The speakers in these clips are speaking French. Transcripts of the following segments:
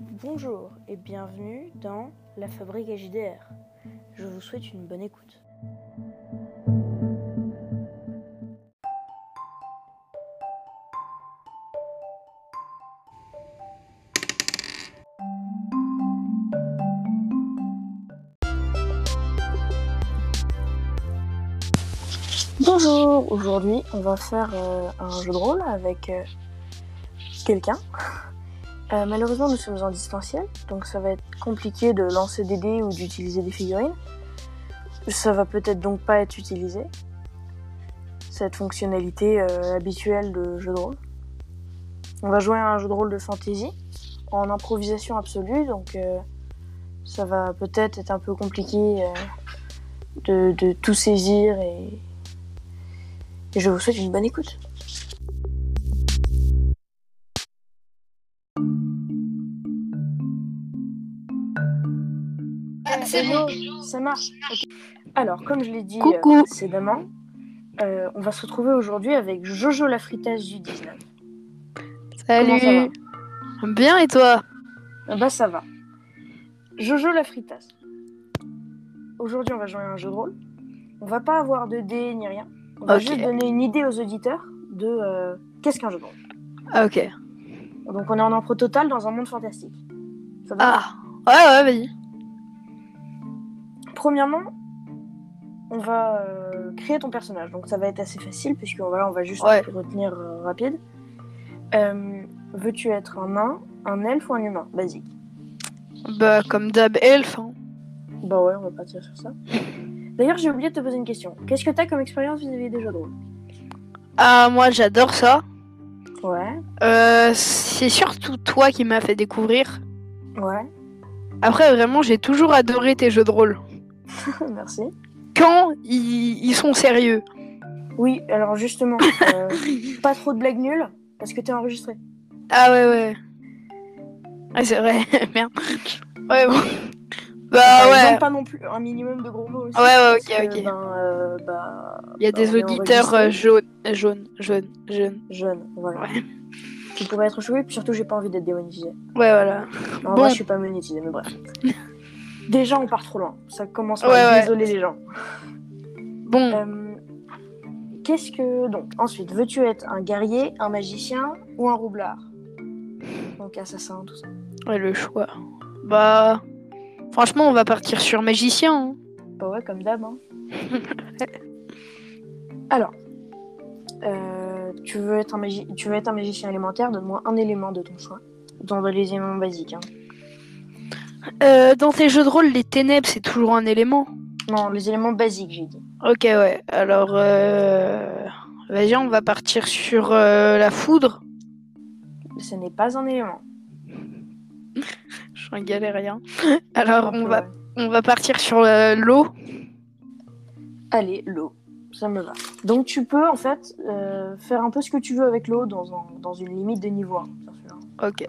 Bonjour et bienvenue dans La Fabrique à JDR. Je vous souhaite une bonne écoute. Bonjour, aujourd'hui on va faire euh, un jeu de rôle avec euh, quelqu'un. Euh, malheureusement, nous sommes en distanciel, donc ça va être compliqué de lancer des dés ou d'utiliser des figurines. Ça va peut-être donc pas être utilisé, cette fonctionnalité euh, habituelle de jeu de rôle. On va jouer à un jeu de rôle de fantasy, en improvisation absolue, donc euh, ça va peut-être être un peu compliqué euh, de, de tout saisir et... et je vous souhaite une bonne écoute. Ah, C'est bon. Ça marche. ok. Alors, comme je l'ai dit euh, Coucou. précédemment, euh, on va se retrouver aujourd'hui avec Jojo la fritasse du 19. Comment ça va Salut. Bien et toi Ah Bah ça va. Jojo la fritasse. Aujourd'hui, on va jouer à un jeu de rôle. On va pas avoir de dés ni rien. On va Ok. juste donner une idée aux auditeurs de euh, qu'est-ce qu'un jeu de rôle. Ah, Ok. Donc on est en impro total dans un monde fantastique. Ça te va Ah. Ouais ouais vas-y. Premièrement, on va euh, créer ton personnage. Donc ça va être assez facile puisque voilà, on va juste Ouais. retenir euh, rapide. Euh, Veux-tu être un nain, un elfe ou un humain Basique. Bah comme d'hab elf. hein. Bah ouais, on va partir sur ça. D'ailleurs, j'ai oublié de te poser une question. Qu'est-ce que t'as comme expérience vis-à-vis des jeux de rôle Ah moi j'adore ça. Ouais, Euh, c'est surtout toi qui m'as fait découvrir. ouais, Après vraiment j'ai toujours adoré tes jeux de rôle. merci. Quand ils, ils sont sérieux. Oui, alors justement, euh, pas trop de blagues nulles parce que t'es enregistré. Ah ouais ouais. Ah c'est vrai. Merde. Ouais bon. Bah Par ouais. exemple, pas non plus un minimum de gros mots aussi. Ouais, ouais, parce ok, que, ok. ben, euh, bah, Il y a on des est auditeurs enregistré. euh, jaunes, jaunes, jaunes, jaunes. jeune, voilà. Ouais. Tu pourrais être chouette, puis surtout, j'ai pas envie d'être démonétisé. Ouais voilà. En Bon. vrai, je suis pas monétisé, mais bref. Déjà, on part trop loin. Ça commence par Ouais, ouais. désolé les gens. Bon. Euh, Qu'est-ce que. Donc, ensuite, veux-tu être un guerrier, un magicien ou un roublard Donc, assassin, tout ça. Ouais, le choix. Bah. Franchement, on va partir sur magicien. hein. Bah ouais, comme d'hab. Hein. Alors, euh, tu, veux être un magi- tu veux être un magicien élémentaire Donne-moi un élément de ton choix. Dans les éléments basiques. hein. Euh, dans tes jeux de rôle, les ténèbres, c'est toujours un élément. Non, les éléments basiques, j'ai dit. Ok, ouais. Alors, euh... vas-y, on va partir sur euh, la foudre. Ce n'est pas un élément. Je suis un galérien. Alors, on va, Ouais. on va partir sur euh, l'eau. Allez, l'eau. Ça me va. Donc tu peux en fait euh, faire un peu ce que tu veux avec l'eau dans, un- dans une limite de niveau 1, bien sûr. Ok.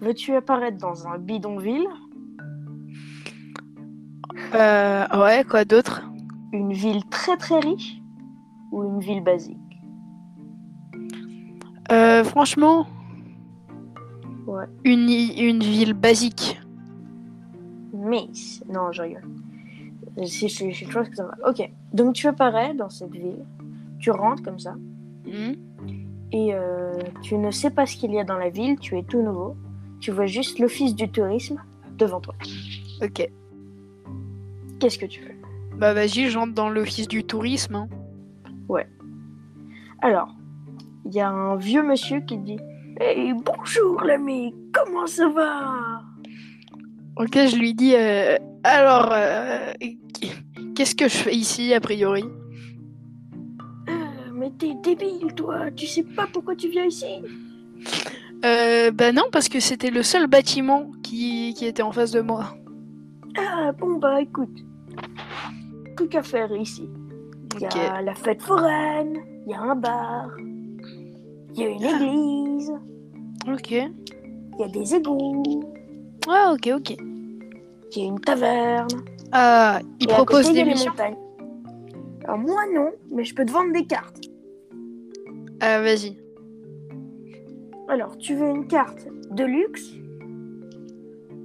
Veux-tu apparaître dans un bidonville, Euh, ouais, quoi d'autre une ville très très riche ou une ville basique Euh, Franchement. Ouais. Une, i- une ville basique. Mais non, je rigole. Je je- je- je suis toujours que ça va. Ok. Donc tu apparais dans cette ville, tu rentres comme ça, Hmm et euh, tu ne sais pas ce qu'il y a dans la ville, tu es tout nouveau, tu vois juste l'office du tourisme devant toi. ok. Qu'est-ce que tu fais Bah, vas-y, j'entre dans l'office du tourisme. hein. Alors, il y a un vieux monsieur qui dit Hey, bonjour l'ami, comment ça va Ok, je lui dis euh, alors euh, qu'est-ce que je fais ici a priori Euh, Mais t'es débile, toi, tu sais pas pourquoi tu viens ici euh, Bah non parce que c'était le seul bâtiment qui, qui était en face de moi. Ah, bon, bah écoute, tout qu'à faire ici. Il y Ok. a la fête foraine, il y a un bar, il y a Ah. une église, Ok. il y a des égouts, Ah ok ok. il y a une taverne. Ah il et à côté, propose il y des a les missions. montagnes. Alors, moi non, mais je peux te vendre des cartes. Ah vas-y. Alors, tu veux une carte de luxe,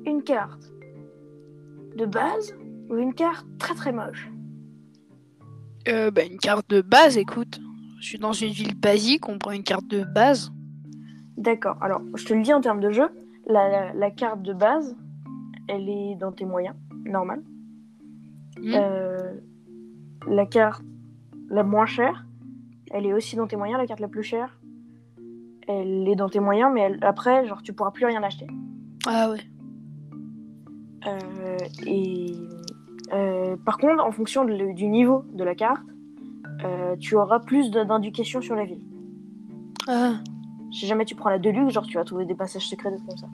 une carte de base ou une carte très très moche Euh, bah, une carte de base, écoute. Je suis dans une ville basique, on prend une carte de base. D'accord. Alors, je te le dis en termes de jeu, la, la- la carte de base, elle est dans tes moyens, normal. Mhm. Euh, la carte la moins chère, elle est aussi dans tes moyens. La carte la plus chère, elle est dans tes moyens, mais elle- après, genre, tu pourras plus rien acheter. Ah ouais. Euh, et euh, par contre, en fonction de- du niveau de la carte, euh, tu auras plus de- d'indications sur la ville. Ah. Si jamais tu prends la Deluxe, genre tu vas trouver des passages secrets, des trucs comme ça.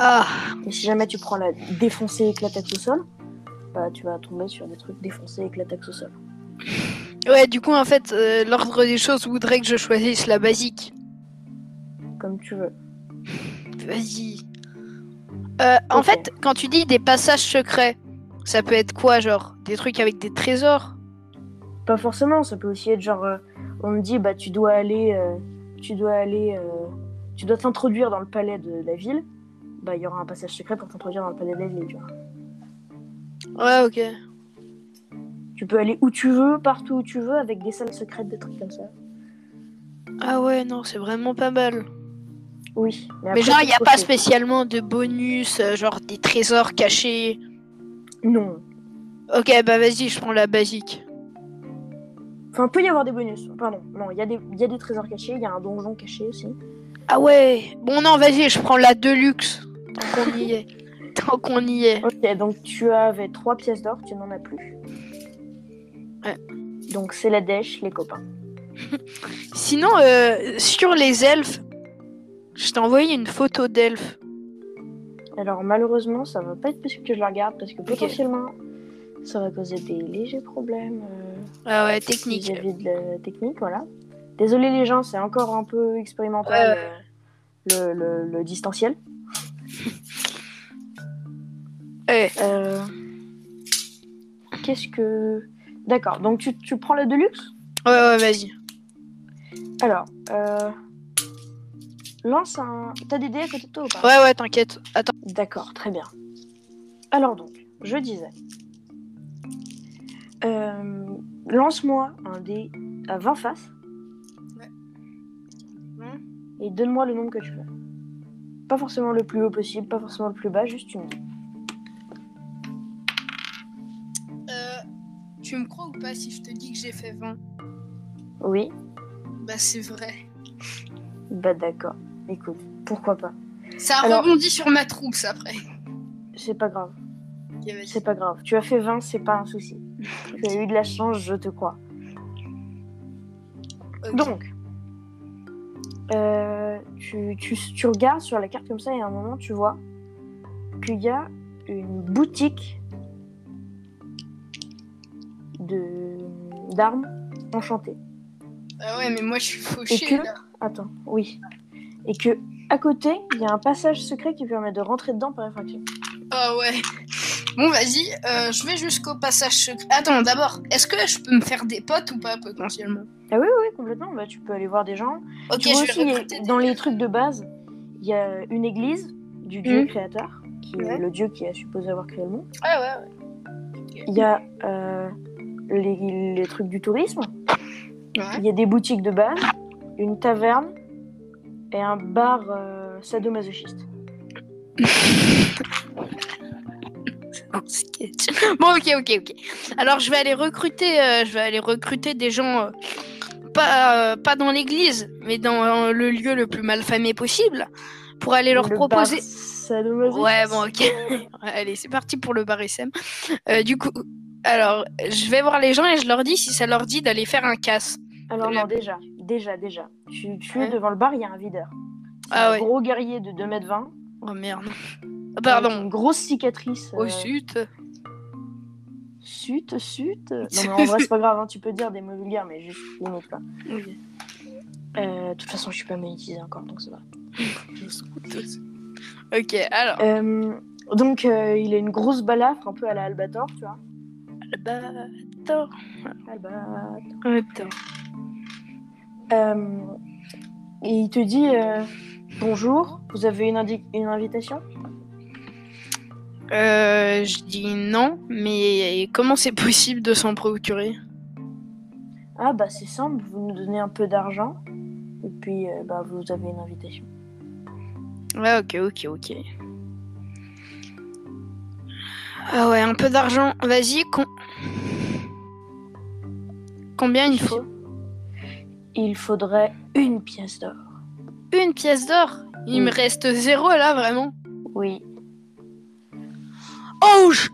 Ah. Mais si jamais tu prends la défoncée éclataxe au sol, bah, tu vas tomber sur des trucs défoncés éclataxe au sol. Ouais, du coup, en fait, euh, l'ordre des choses voudrait que je choisisse la basique. Comme tu veux. Vas-y. Euh, En Ok. fait, quand tu dis des passages secrets, ça peut être quoi, genre Des trucs avec des trésors Pas forcément, ça peut aussi être genre. euh, on me dit, bah tu dois aller. euh, tu dois aller. euh, tu dois t'introduire dans le palais de la ville. Bah il y aura un passage secret pour t'introduire dans le palais de la ville, tu vois. Ouais, ok. Tu peux aller où tu veux, partout où tu veux, avec des salles secrètes, des trucs comme ça. Ah ouais, non, c'est vraiment pas mal. Oui. Mais après, genre, c'est il n'y a trop pas chaud. spécialement de bonus, euh, genre des trésors cachés. Non. Ok, bah vas-y, je prends la basique. Enfin, peut y avoir des bonus. Pardon. Non, il y, a des- il y a des trésors cachés, il y a un donjon caché aussi. Ah ouais Bon, non, vas-y, je prends la deluxe. Tant qu'on y est. Tant qu'on y est. Ok, donc tu avais trois pièces d'or, tu n'en as plus. Ouais. Donc c'est la dèche, les copains. Sinon, euh, sur les elfes, je t'ai envoyé une photo d'elfes. Alors malheureusement, ça va pas être possible que je la regarde parce que Ok. potentiellement, ça va causer des légers problèmes. euh, Ah ouais, technique. Vis-à-vis de la technique, voilà. Désolé les gens, c'est encore un peu expérimental Ouais. euh, le, le- le distanciel. Eh, Euh, Qu'est-ce que. D'accord, donc tu, tu prends la Deluxe Eh, Ouais, ouais, vas-y. Alors, euh, lance un. T'as des dés à côté de toi ou pas Ouais, ouais, t'inquiète. Attends. D'accord, très bien. Alors donc, je disais. euh, Lance-moi un dé à 20 faces. Ouais. Et donne-moi le nombre que tu veux. Pas forcément le plus haut possible, pas forcément le plus bas, juste tu me dis. Euh, tu me crois ou pas si je te dis que j'ai fait 20 Oui, Bah, c'est vrai. bah d'accord. Écoute, pourquoi pas Ça Alors- rebondit sur ma trousse après. C'est pas grave, c'est pas grave. Tu as fait 20, c'est pas un souci. tu as eu de la chance, je te crois. Donc, euh, tu, tu- tu regardes sur la carte comme ça et à un moment tu vois qu'il y a une boutique de d'armes enchantées. Ah ouais, mais moi, je suis Et que, attends, oui, et que à côté il y a un passage secret qui permet de rentrer dedans par effraction. Ah ouais. Bon, vas-y, euh, je vais jusqu'au passage secret. Attends, d'abord, est-ce que je peux me faire des potes ou pas potentiellement Ah oui, oui, oui, complètement. Bah, tu peux aller voir des gens. Ok, Tu vois je aussi, vais il y a- recruter. des- dans les trucs de base, il y a une église du dieu Mhm. créateur, qui est Ouais. le dieu qui a supposé avoir créé le monde. Ah Ouais, ouais, Il y a euh, les, les trucs du tourisme, ouais. Ouais. il y a des boutiques de base, une taverne et un bar euh, sadomasochiste. Oh, Bon, ok, ok, ok. Alors, je vais aller recruter, euh, je vais aller recruter des gens euh, pas, euh, pas dans l'église, mais dans euh, le lieu le plus malfamé possible, pour aller leur Le proposer. bar sadomasochiste. Ouais, bon, ok. Ouais, Allez, c'est parti pour le bar SM. Euh, du coup, alors, je vais voir les gens et je leur dis si ça leur dit d'aller faire un casse. Alors la- non, déjà, déjà, déjà. Tu, tu es Ouais. devant le bar, il y a un videur. C'est Ah un ouais. gros guerrier de 2m20. Oh merde. Ah, avec Pardon. Oh, Une grosse cicatrice. Au euh, sud. Sut, sut. Non, mais en vrai, c'est pas grave, hein, tu peux dire des mots vulgaires, mais juste limite pas. Euh, De toute façon, je suis pas monétisée encore, donc ça va. Ok, alors. Euh, donc, euh, il a une grosse balafre, un peu à la Albator, tu vois. Attends. Albator. Attends. Euh, et il te dit euh, bonjour, vous avez une, indi- une invitation Euh, je dis non, mais comment c'est possible de s'en procurer Ah bah c'est simple, vous nous donnez un peu d'argent et puis euh, bah vous avez une invitation. Ouais, ok, ok, ok. Ah ouais, un peu d'argent. Vas-y, con... Combien il faut Il faudrait une pièce d'or. Une pièce d'or Il me reste zéro là, vraiment. Oui. Oh je-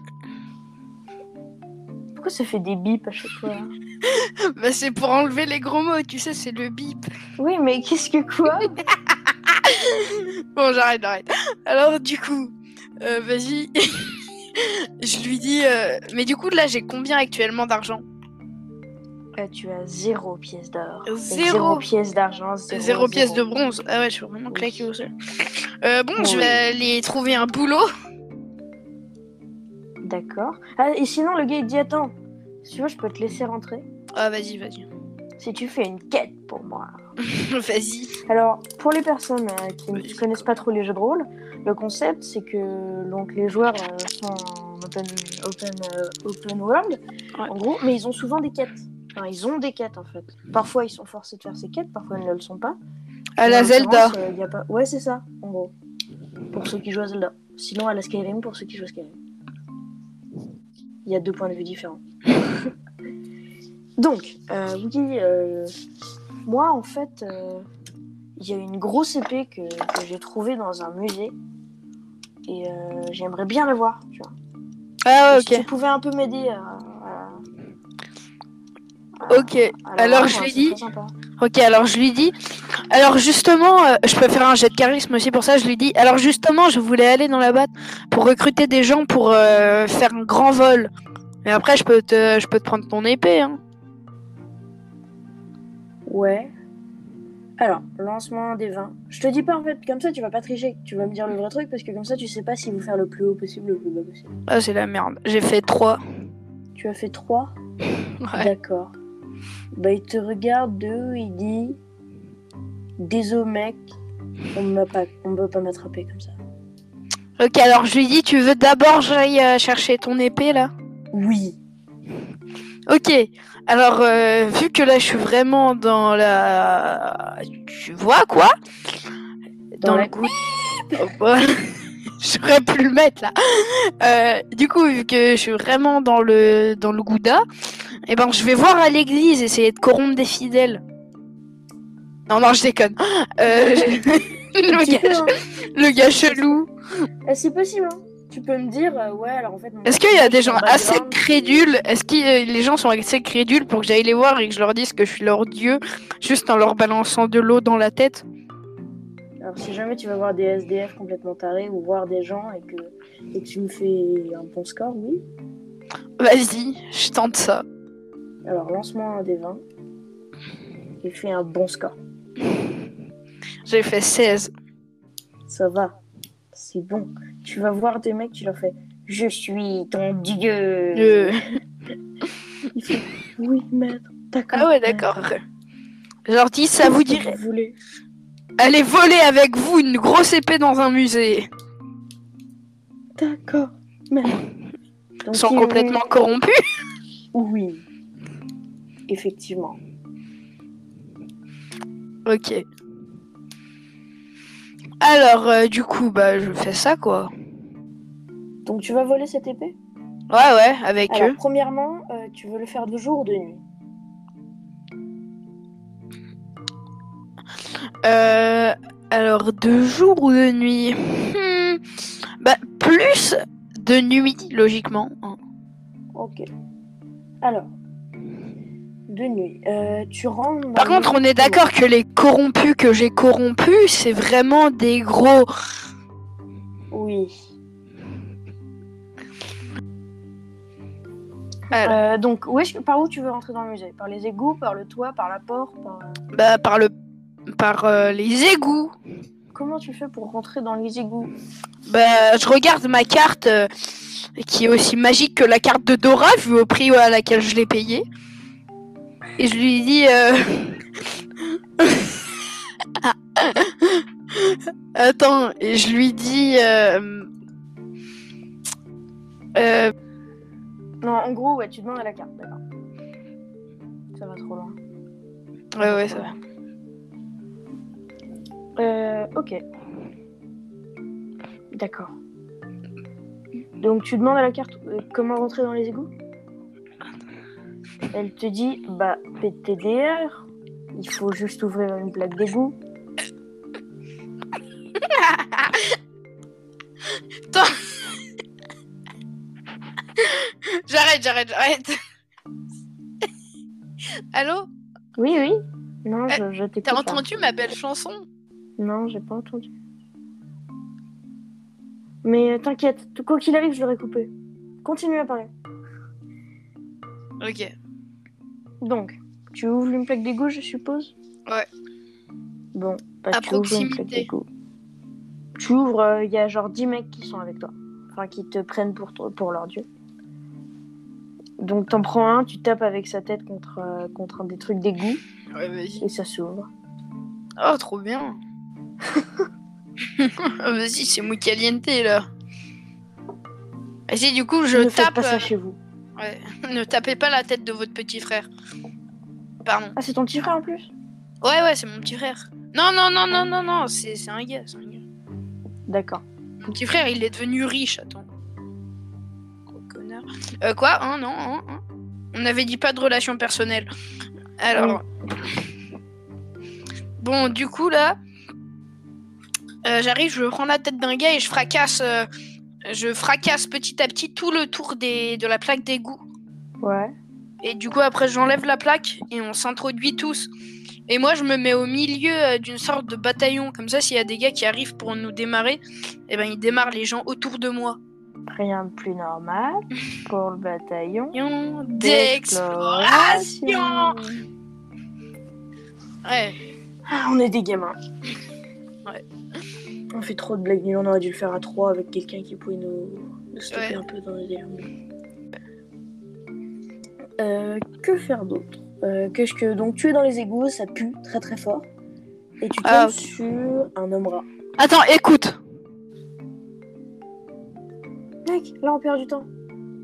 Pourquoi ça fait des bips à chaque fois hein Bah c'est pour enlever les gros mots, tu sais, c'est le bip. Oui mais qu'est-ce que quoi Bon, j'arrête, j'arrête. Alors, du coup, euh, vas-y. je lui dis. euh, Mais du coup, là, j'ai combien actuellement d'argent Euh, Tu as zéro pièce d'or. Et Zéro. pièce d'argent. Zéro, Zéro, pièce de zéro. bronze. Ah ouais, je suis vraiment claqué au sol. Euh, bon, je Oui. vais aller trouver un boulot. D'accord. Ah, et sinon le gars il dit attends, si tu veux je peux te laisser rentrer Ah, vas-y, vas-y. si tu fais une quête pour moi. vas-y. Alors, pour les personnes euh, qui Vas-y, ne connaissent pas trop les jeux de rôle, le concept, c'est que donc, les joueurs euh, sont en open, open, euh, open world, Ouais. en gros, mais ils ont souvent des quêtes. Enfin, ils ont des quêtes, en fait. Parfois, ils sont forcés de faire ces quêtes, parfois, ils ne le sont pas. À Mais la en Zelda. l'occurrence, euh, y a pas... Ouais, c'est ça, en gros. Pour ceux qui jouent à Zelda. Sinon, à la Skyrim, pour ceux qui jouent à Skyrim. Il y a deux points de vue différents. Donc, euh, oui, euh, moi, en fait, euh, il y a une grosse épée que, que j'ai trouvée dans un musée. Et euh, j'aimerais bien la voir, tu vois. Ah, Et ouais, Si tu ok. pouvais un peu m'aider à... à- à- Ok. à la Alors, voir, hein, je lui c'est dis- très sympa. Ok, alors je lui dis. Alors justement, euh, je peux faire un jet de charisme aussi pour ça. Je lui dis. Alors justement, je voulais aller dans la boîte pour recruter des gens pour euh, faire un grand vol. Mais après, je peux te, je peux te prendre ton épée. Hein. Ouais. Alors, lancement des 20. Je te dis pas en fait, comme ça tu vas pas tricher, tu vas me dire le vrai truc parce que comme ça tu sais pas si vous faire le plus haut possible ou le plus bas possible. Ah, c'est la merde. J'ai fait 3 Tu as fait 3 Ouais. D'accord. Bah il te regarde de haut, il dit Désolé mec, on m'a pas on peut pas m'attraper comme ça. Ok, alors je lui dis. Tu veux d'abord j'aille euh, chercher ton épée là Oui. Ok. Alors euh, vu que là, je suis vraiment dans la. Tu vois quoi Dans, la goutte. J'aurais pu le mettre là. Euh, du coup, vu que je suis vraiment dans le dans le gouda, eh ben je vais voir à l'église essayer de corrompre des fidèles. Non non, je déconne. Euh, le, Tu peux, gars, hein. le gars chelou. Eh, C'est possible hein. Tu peux me dire euh, ouais, alors en fait mon- Est-ce qu'il y a des gens mon assez background, crédules Est-ce que euh, les gens sont assez crédules pour que j'aille les voir et que je leur dise que je suis leur dieu juste en leur balançant de l'eau dans la tête Alors si jamais tu vas voir des SDF complètement tarés ou voir des gens et que, et que tu me fais un bon score, oui. Vas-y, je tente ça. Alors lance-moi un des 20. Et fais un bon score. J'ai fait 16. Ça va. C'est bon. Tu vas voir des mecs, tu leur fais Je suis ton dieu. Euh, Il fait Oui, maître. D'accord. Ah ouais, d'accord. Je leur dis, ça vous dirait Vous voulez. Allez voler avec vous une grosse épée dans un musée. D'accord. Maître. Ils Donc, sont il- complètement corrompus. Oui. Effectivement. Ok. Alors, euh, du coup, bah, je fais ça, quoi. Donc tu vas voler cette épée Ouais, ouais, avec Alors, eux. premièrement, euh, tu veux le faire de jour ou de nuit Euh, alors, de jour ou de nuit Hmm, Bah, plus de nuit, logiquement. hein. Ok. Alors, de nuit. Euh, tu rentres. Par contre, on est d'accord que les corrompus que j'ai corrompus, c'est vraiment des gros. Oui. Alors. Euh, donc, où est-ce que- par où tu veux rentrer dans le musée Par les égouts, par le toit, par la porte par- Bah, par le. Par euh, les égouts. Comment tu fais pour rentrer dans les égouts Bah, je regarde ma carte euh, qui est aussi magique que la carte de Dora vu au prix à laquelle je l'ai payée. Et je lui dis euh, Attends, et je lui dis. euh, euh, Non, en gros, ouais, tu demandes à la carte, d'accord. Ça va trop loin. Ouais, ouais, ça va. Euh, ok. D'accord. Donc tu demandes à la carte euh, comment rentrer dans les égouts Elle te dit, bah, PTDR, il faut juste ouvrir une plaque d'égout. J'arrête, j'arrête, j'arrête. Allô Oui, oui. Non, je, je t'écoute. Euh, T'as pas. entendu ma belle chanson Non, j'ai pas entendu. Mais euh, t'inquiète, tout- quoi qu'il arrive, je l'aurais coupé. Continue à parler. Ok. Donc, tu ouvres une plaque d'égout, je suppose Ouais. Bon, bah, À tu ouvres une plaque proximité. d'égout. Tu ouvres, euh, il y a genre 10 mecs qui sont avec toi. Enfin, qui te prennent pour, toi- pour leur dieu. Donc, t'en prends un, tu tapes avec sa tête contre, euh, contre un des trucs d'égout, Ouais, vas-y. et ça s'ouvre. Oh, trop bien. Ah, vas-y, c'est muy caliente là. Vas-y, du coup, je ne faites tape. euh, pas ça chez vous. Ouais. ne tapez pas la tête de votre petit frère. Pardon. Ah, c'est ton petit frère en plus Ouais, ouais, c'est mon petit frère. Non, non, non, non, non, non, c'est c'est un gars, c'est un gars. D'accord. Mon petit frère, il est devenu riche, attends. Gros connard. Euh, quoi Hein, non, hein, hein On avait dit pas de relation personnelle. Alors. Bon, du coup, là. euh, J'arrive, je prends la tête d'un gars et je fracasse. euh, je fracasse petit à petit tout le tour des, de la plaque d'égout. Ouais. Et du coup, après, j'enlève la plaque et on s'introduit tous. Et moi, je me mets au milieu euh, d'une sorte de bataillon. Comme ça, s'il y a des gars qui arrivent pour nous démarrer, eh ben, ils démarrent les gens autour de moi. Rien de plus normal pour le bataillon. Bataillon d'exploration Ouais, Ah, on est des gamins. Ouais. On fait trop de blagues nulles, on aurait dû le faire à trois avec quelqu'un qui pouvait nous, nous stopper Ouais. un peu dans les délires. Euh, que faire d'autre Euh, Qu'est-ce que... Donc tu es dans les égouts, ça pue très très fort. Et tu tombes Ah, ok. sur un homme rat. Attends, écoute Mec, là on perd du temps.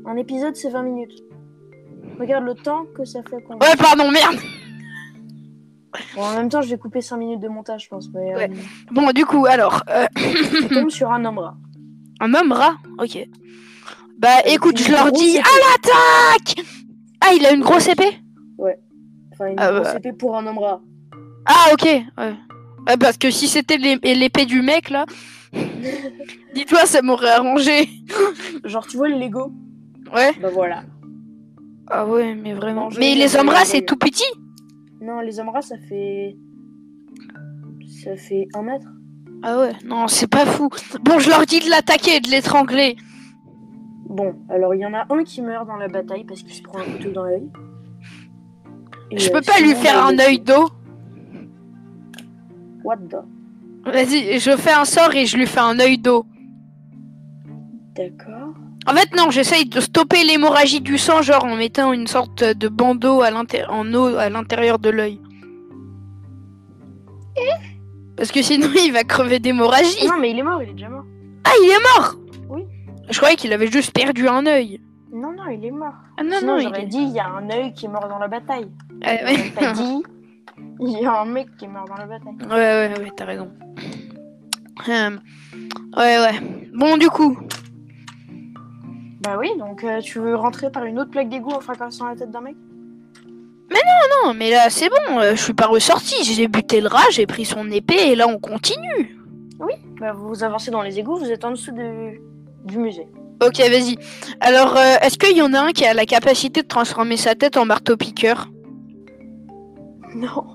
Un épisode c'est 20 minutes. Regarde le temps que ça fait qu'on... Ouais, pardon, merde Bon, en même temps je vais couper 5 minutes de montage je pense. Mais, euh, Ouais. Bon, du coup, alors, euh, tu tombes sur un homme rat. un homme rat Ok. Bah, écoute, Une je leur grosse dis... épée. À l'attaque Ah, il a une grosse épée Enfin, une Ah, grosse bah. épée pour un homme rat. Ah, ok, ouais. Ouais, parce que si c'était l'é- l'épée du mec, là... Dis-toi, ça m'aurait arrangé Genre, tu vois le Lego Ouais Bah voilà. Ah ouais, mais vraiment... Non, je Mais l'ai les déjà hommes rats, envoyé. c'est tout petit Non, les hommes rats, ça fait. Ça fait un mètre. Ah ouais, non, c'est pas fou Bon, je leur dis de l'attaquer et de l'étrangler Bon, alors il y en a un qui meurt dans la bataille parce qu'il se prend un couteau dans l'œil. Et, Je euh, peux pas lui sinon, faire bah, un il- œil d'eau What the Vas-y, je fais un sort et je lui fais un œil d'eau. D'accord. En fait, non, j'essaye de stopper l'hémorragie du sang, genre en mettant une sorte de bandeau à l'inté- en eau à l'intérieur de l'œil. Parce que sinon, il va crever d'hémorragie. Non, mais il est mort, il est déjà mort. Ah, il est mort Oui. Je croyais qu'il avait juste perdu un œil. Non, non, il est mort. Ah non, Sinon, non, il j'aurais est... dit, il y a un œil qui est mort dans la bataille. Ouais, J'aurais Ah ouais, pas dit, il y a un mec qui est mort dans la bataille. ouais, ouais, ouais, t'as raison. Euh, Ouais, ouais. Bon, du coup, Bah oui, donc euh, tu veux rentrer par une autre plaque d'égout en fracassant la tête d'un mec non, mais là, c'est bon, euh, je suis pas ressorti. J'ai buté le rat, j'ai pris son épée, et là, on continue. Bah vous avancez dans les égouts, vous êtes en dessous de... du musée. Ok, vas-y. Alors, euh, est-ce qu'il y en a un qui a la capacité de transformer sa tête en marteau-piqueur Non.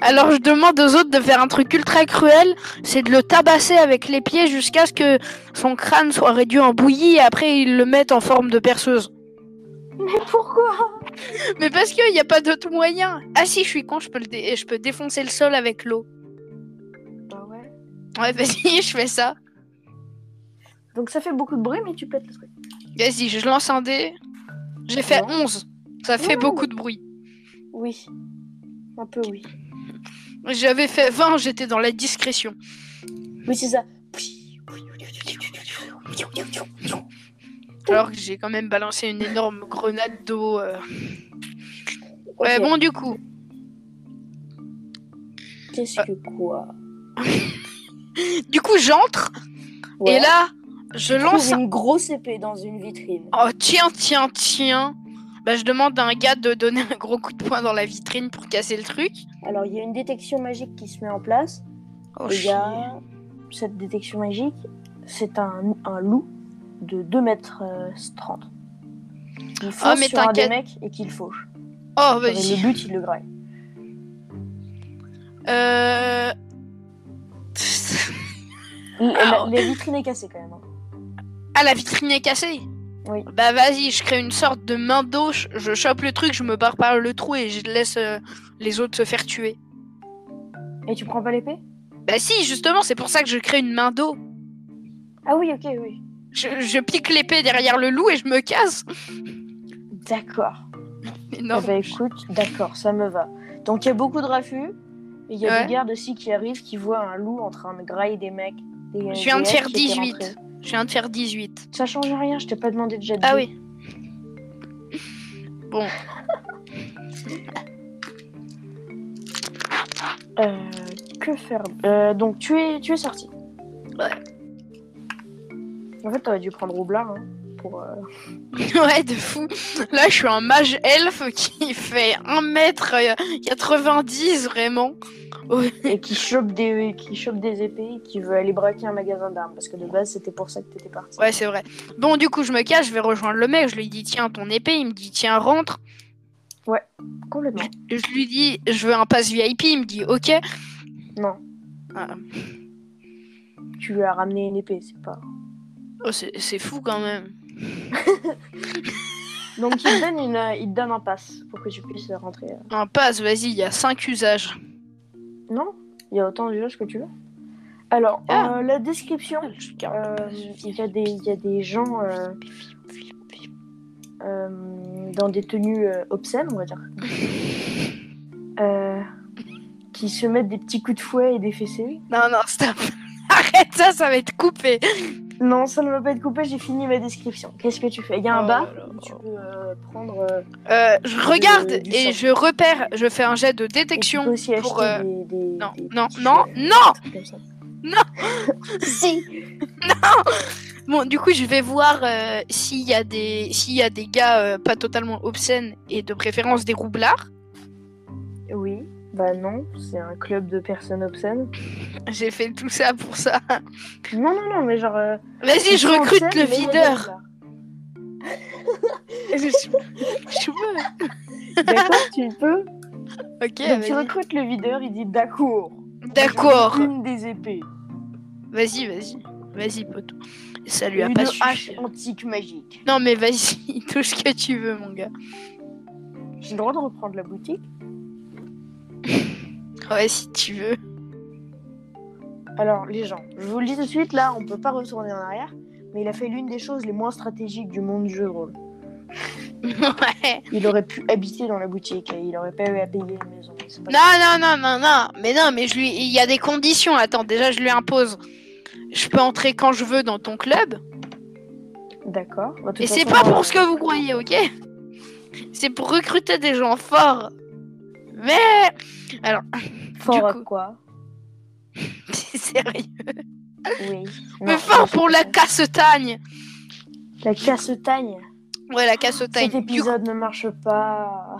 Alors, je demande aux autres de faire un truc ultra cruel, c'est de le tabasser avec les pieds jusqu'à ce que son crâne soit réduit en bouillie et après ils le mettent en forme de perceuse. Mais pourquoi Mais parce qu'il n'y a pas d'autre moyen. Ah si, je suis con, je peux, le dé- je peux défoncer le sol avec l'eau. Bah ouais. Ouais, vas-y, je fais ça. Donc ça fait beaucoup de bruit, mais tu pètes le truc. Vas-y, je lance un dé. J'ai fait Ouais. 11. Ça fait Ouais. beaucoup de bruit. Oui. Un peu oui. J'avais fait 20, j'étais dans la discrétion. Oui, c'est ça. Alors que j'ai quand même balancé une énorme grenade d'eau. euh. Ouais, Ok, bon, du coup. Qu'est-ce que quoi Du coup, j'entre et Ouais. là, je Je trouve lance. un- une grosse épée dans une vitrine. Oh, tiens, tiens, tiens. Bah, je demande à un gars de donner un gros coup de poing dans la vitrine pour casser le truc. Alors, il y a une détection magique qui se met en place. Oh, Il y chier. a cette détection magique. C'est un, un loup de 2 mètres euh, 30. Il fonce Oh, mais sur un des t'inquiète. mecs et qu'il fauche. Oh, Avec vas-y. le but, il le graille. Euh... Et la- Ah. La vitrine est cassée quand même. hein. Ah, la vitrine est cassée Oui. Bah vas-y, je crée une sorte de main d'auche, je chope le truc, je me barre par le trou et je laisse euh, les autres se faire tuer. Et tu prends pas l'épée Bah si, justement, c'est pour ça que je crée une main d'eau. Ah oui, ok, oui. Je, je pique l'épée derrière le loup et je me casse. D'accord. Eh Énorme. ben, écoute, d'accord, ça me va. Donc il y a beaucoup de raffus. et Il y a Ouais. des gardes aussi qui arrivent, qui voient un loup en train de grailler des mecs. Des, Je viens de des faire mecs qui étaient 18. rentrés. Je viens de faire 18. Ça change rien, je t'ai pas demandé déjà de Ah dire. oui. Bon. Euh, que faire Euh, Donc tu es, tu es sorti. Ouais. En fait, t'aurais dû prendre Roublard hein, pour. euh, ouais, de fou. Là, je suis un mage elfe qui fait 1m90 vraiment. et qui chope des, qui chope des épées, et qui veut aller braquer un magasin d'armes parce que de base c'était pour ça que t'étais parti. Ouais, c'est vrai. Bon, du coup, je me cache, je vais rejoindre le mec. Je lui dis, tiens, ton épée. Il me dit, tiens, rentre. Complètement. Je lui dis, je veux un pass VIP. Il me dit, ok. Non, Ah, tu lui as ramené une épée, c'est pas. oh, c'est c'est fou quand même. Donc il te donne une, euh, il te donne un pass pour que tu puisses rentrer. euh. Un pass, vas-y, il y a 5 usages. Non, il y a autant d'usages que tu veux. Alors, Ah. euh, la description. Je garde euh, le pass Il VIP. y a des, il y a des gens euh, euh, dans des tenues euh, obscènes, on va dire. Euh, qui se mettent des petits coups de fouet et des fessées. Non, non, stop. Arrête ça, ça va être coupé. Non, ça ne va pas être coupé, j'ai fini ma description. Qu'est-ce que tu fais Il y a un Oh bar là là. où tu peux euh, prendre. euh, Euh, je regarde Du- du sang. et je repère, je fais un jet de et tu détection. peux aussi pour, acheter euh, des, des- non, des non, petits, non, euh, non trucs comme ça. Si. Bon, du coup, je vais voir euh, s'il y a des s'il y a des gars euh, pas totalement obscènes et de préférence des roublards. Oui, bah non, c'est un club de personnes obscènes. J'ai fait tout ça pour ça. Non, non, non, mais genre. euh, Vas-y, ils je sont recrute obscènes, le mais il y a videur. des Je- je peux. bars. D'accord, tu peux. Donc, Ok, tu vas-y. recrutes le videur, il dit d'accord. d'accord. Je veux Une des épées. Vas-y, vas-y, vas-y, pote. Ça lui a Une pas hache suffi. antique magique. Non mais vas-y, tout ce que tu veux, mon gars. J'ai le droit de reprendre la boutique. Ouais, si tu veux. Alors, les gens, je vous le dis tout de suite, là, on peut pas retourner en arrière, mais il a fait l'une des choses les moins stratégiques du monde du jeu de rôle. ouais. Il aurait pu habiter dans la boutique et il aurait pas eu à payer une maison. C'est pas- Non, non, non, non, non. Mais non, mais je lui, il y a des conditions. Attends, déjà je lui impose. Je peux entrer quand je veux dans ton club. D'accord. Bah, de toute Et c'est façon, pas euh, pour ce que vous croyez, ok C'est pour recruter des gens forts. Mais euh, Fort à coup. quoi c'est sérieux. Oui. Mais Non, fort je- pour la cassetagne. La casse-tagne. Ouais, la cassetagne. Cet Du coup, épisode ne marche pas.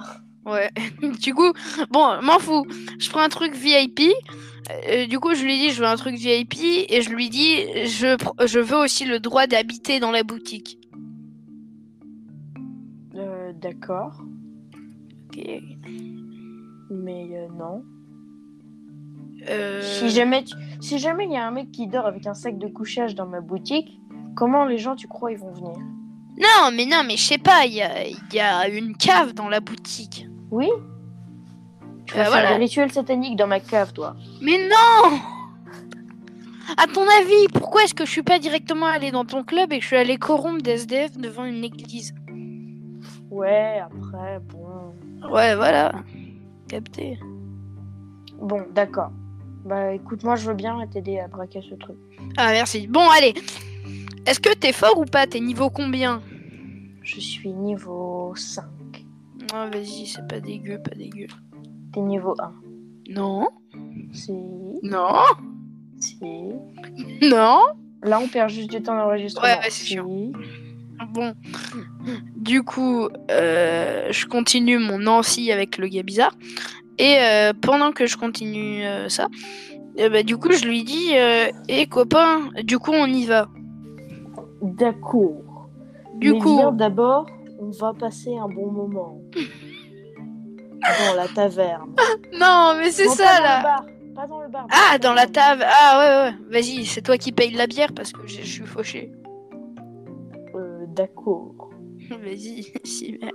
ouais. du coup, bon, m'en fous. Je prends un truc VIP. Euh, du coup, je lui dis, je veux un truc VIP et je lui dis, je, pr- je veux aussi le droit d'habiter dans la boutique. Euh, D'accord, mais euh, non. Euh, Si jamais tu- si jamais il y a un mec qui dort avec un sac de couchage dans ma boutique, comment les gens tu crois ils vont venir Non, mais non, mais je sais pas. Il y a, il y a une cave dans la boutique. Oui. Tu Euh, vas faire voilà. des rituels sataniques dans ma cave, toi. Mais non À ton avis, pourquoi est-ce que je suis pas directement allée dans ton club et que je suis allée corrompre des SDF devant une église Ouais, après, bon. Ouais, voilà. Capté. Bon, d'accord. Bah écoute, moi je veux bien t'aider à braquer ce truc. Ah, merci. Bon, allez. Est-ce que t'es fort ou pas T'es niveau combien Je suis niveau 5. Ah, vas-y, c'est pas dégueu, pas dégueu. T'es niveau 1. Non. Si, Non. si. Non. Là, on perd juste du temps d'enregistrement. Ouais, ouais, c'est Si. sûr. Bon. Du coup, euh, je continue mon Nancy avec le gars bizarre. Et euh, pendant que je continue euh, ça, eh ben, du coup, je lui dis et copain, du coup, on y va. D'accord. Du Mais coup, viens d'abord, on va passer un bon moment. dans la taverne. non, mais c'est Non, ça pas Dans le là. bar. Pas dans le bar. Ah, dans la table. Ah, ouais, ouais. Vas-y, c'est toi qui paye la bière parce que je je suis fauché. Euh, d'accord. Vas-y, si merde.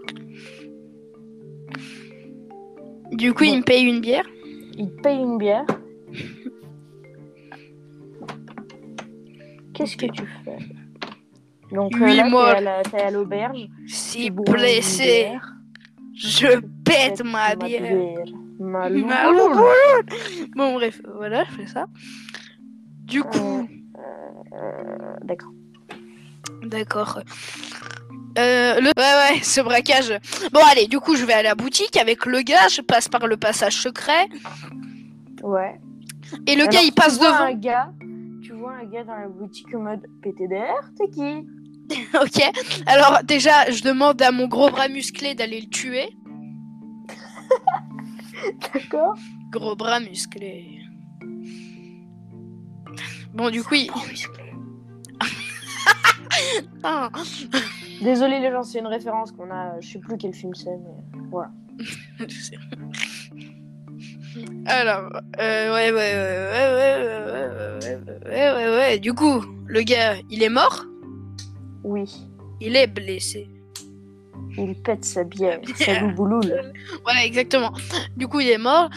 Du coup, il Bon. me paye une bière. Il paye une bière. Qu'est-ce que tu fais Donc euh, Oui, là, moi. t'es à la- t'es à l'auberge. Si tu bois une blessé, bière, je pète tu ma bois de bière. Ma Ma louloune. Bah, Bon, bref, voilà, je fais ça. Du coup, Euh, D'accord. d'accord. Euh, le... Ouais, ouais, ce braquage. Bon, allez, du coup, je vais à la boutique avec le gars, je passe par le passage secret. Ouais. Et le Alors, gars, il passe tu vois devant. un gars, tu vois un gars dans la boutique en mode PTDR, t'es qui Ok. Alors, déjà, je demande à mon gros bras musclé d'aller le tuer. D'accord. Gros bras musclé. Bon, du coup, il... Ah. Désolé les gens, c'est une référence qu'on a. Je sais plus quel film c'est, mais voilà. Je sais. Alors, euh, ouais, ouais, ouais, ouais, ouais, ouais, ouais, ouais, ouais, ouais, ouais, ouais. Du coup, le gars, il est mort, Oui, il est blessé. il pète sa bière, sa loubouloule. Voilà, exactement. Du coup, il est mort.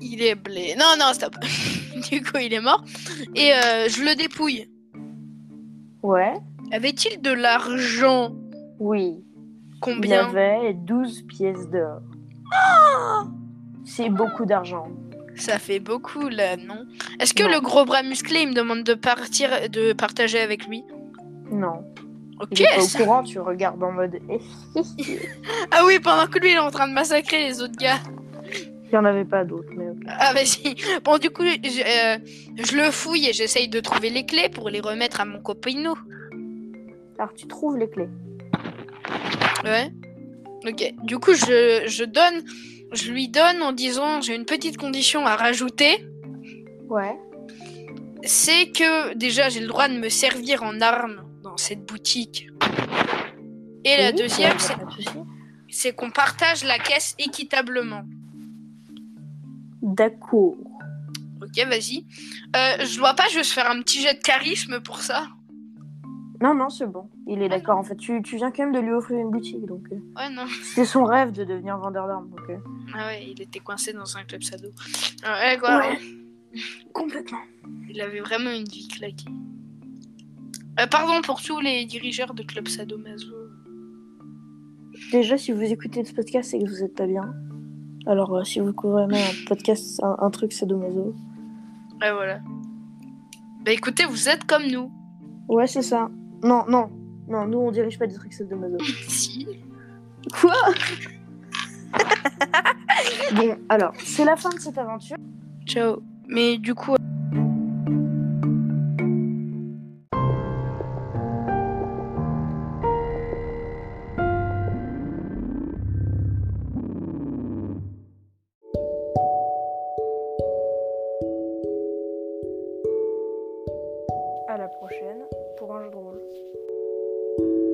Il est blessé. Non, non, stop. du coup, il est mort. Et euh, je le dépouille. Ouais, Avait-il de l'argent oui. Il Combien avait 12 pièces d'or. Ah C'est beaucoup d'argent. Ça fait beaucoup là, non Est-ce que Non. le gros bras musclé, il me demande de partir, de partager avec lui Non. Ok, Il est pas ça- au courant, tu regardes en mode. Eh, hi, hi. Ah oui, pendant que lui, il est en train de massacrer les autres gars. Il y en avait pas d'autres, mais ok. Ah, vas-y. Bon, du coup, je, euh, je le fouille et j'essaye de trouver les clés pour les remettre à mon copino. Alors tu trouves les clés. Ouais. Ok. Du coup, je, je donne... Je lui donne en disant, j'ai une petite condition à rajouter. Ouais. C'est que, déjà, j'ai le droit de me servir en arme dans cette boutique. Et la Oh. deuxième, c'est- c'est qu'on partage la caisse équitablement. D'accord. Ok, vas-y. Euh, je dois pas juste faire un petit jet de charisme pour ça Non, non, c'est bon. Il Ah. est d'accord. En fait, tu, tu viens quand même de lui offrir une boutique. donc euh, Ouais, non. C'était son rêve de devenir vendeur d'armes. Donc, euh, Ah ouais, il était coincé dans un club sado. Ah ouais, quoi, Ouais. ouais. Complètement. Il avait vraiment une vie claquée. Euh, pardon pour tous les dirigeurs de club sadomaso. Déjà, si vous écoutez ce podcast, c'est que vous êtes pas bien. Alors, euh, si vous couvrez même un podcast, un, un truc, c'est de maso. Ouais, voilà. Bah écoutez, vous êtes comme nous. Ouais, c'est ça. Non, non. Non, nous, on dirige pas des trucs, c'est de maso. si. Quoi Bon, alors, c'est la fin de cette aventure. Ciao. Mais du coup. À la prochaine pour un jeu de rôle.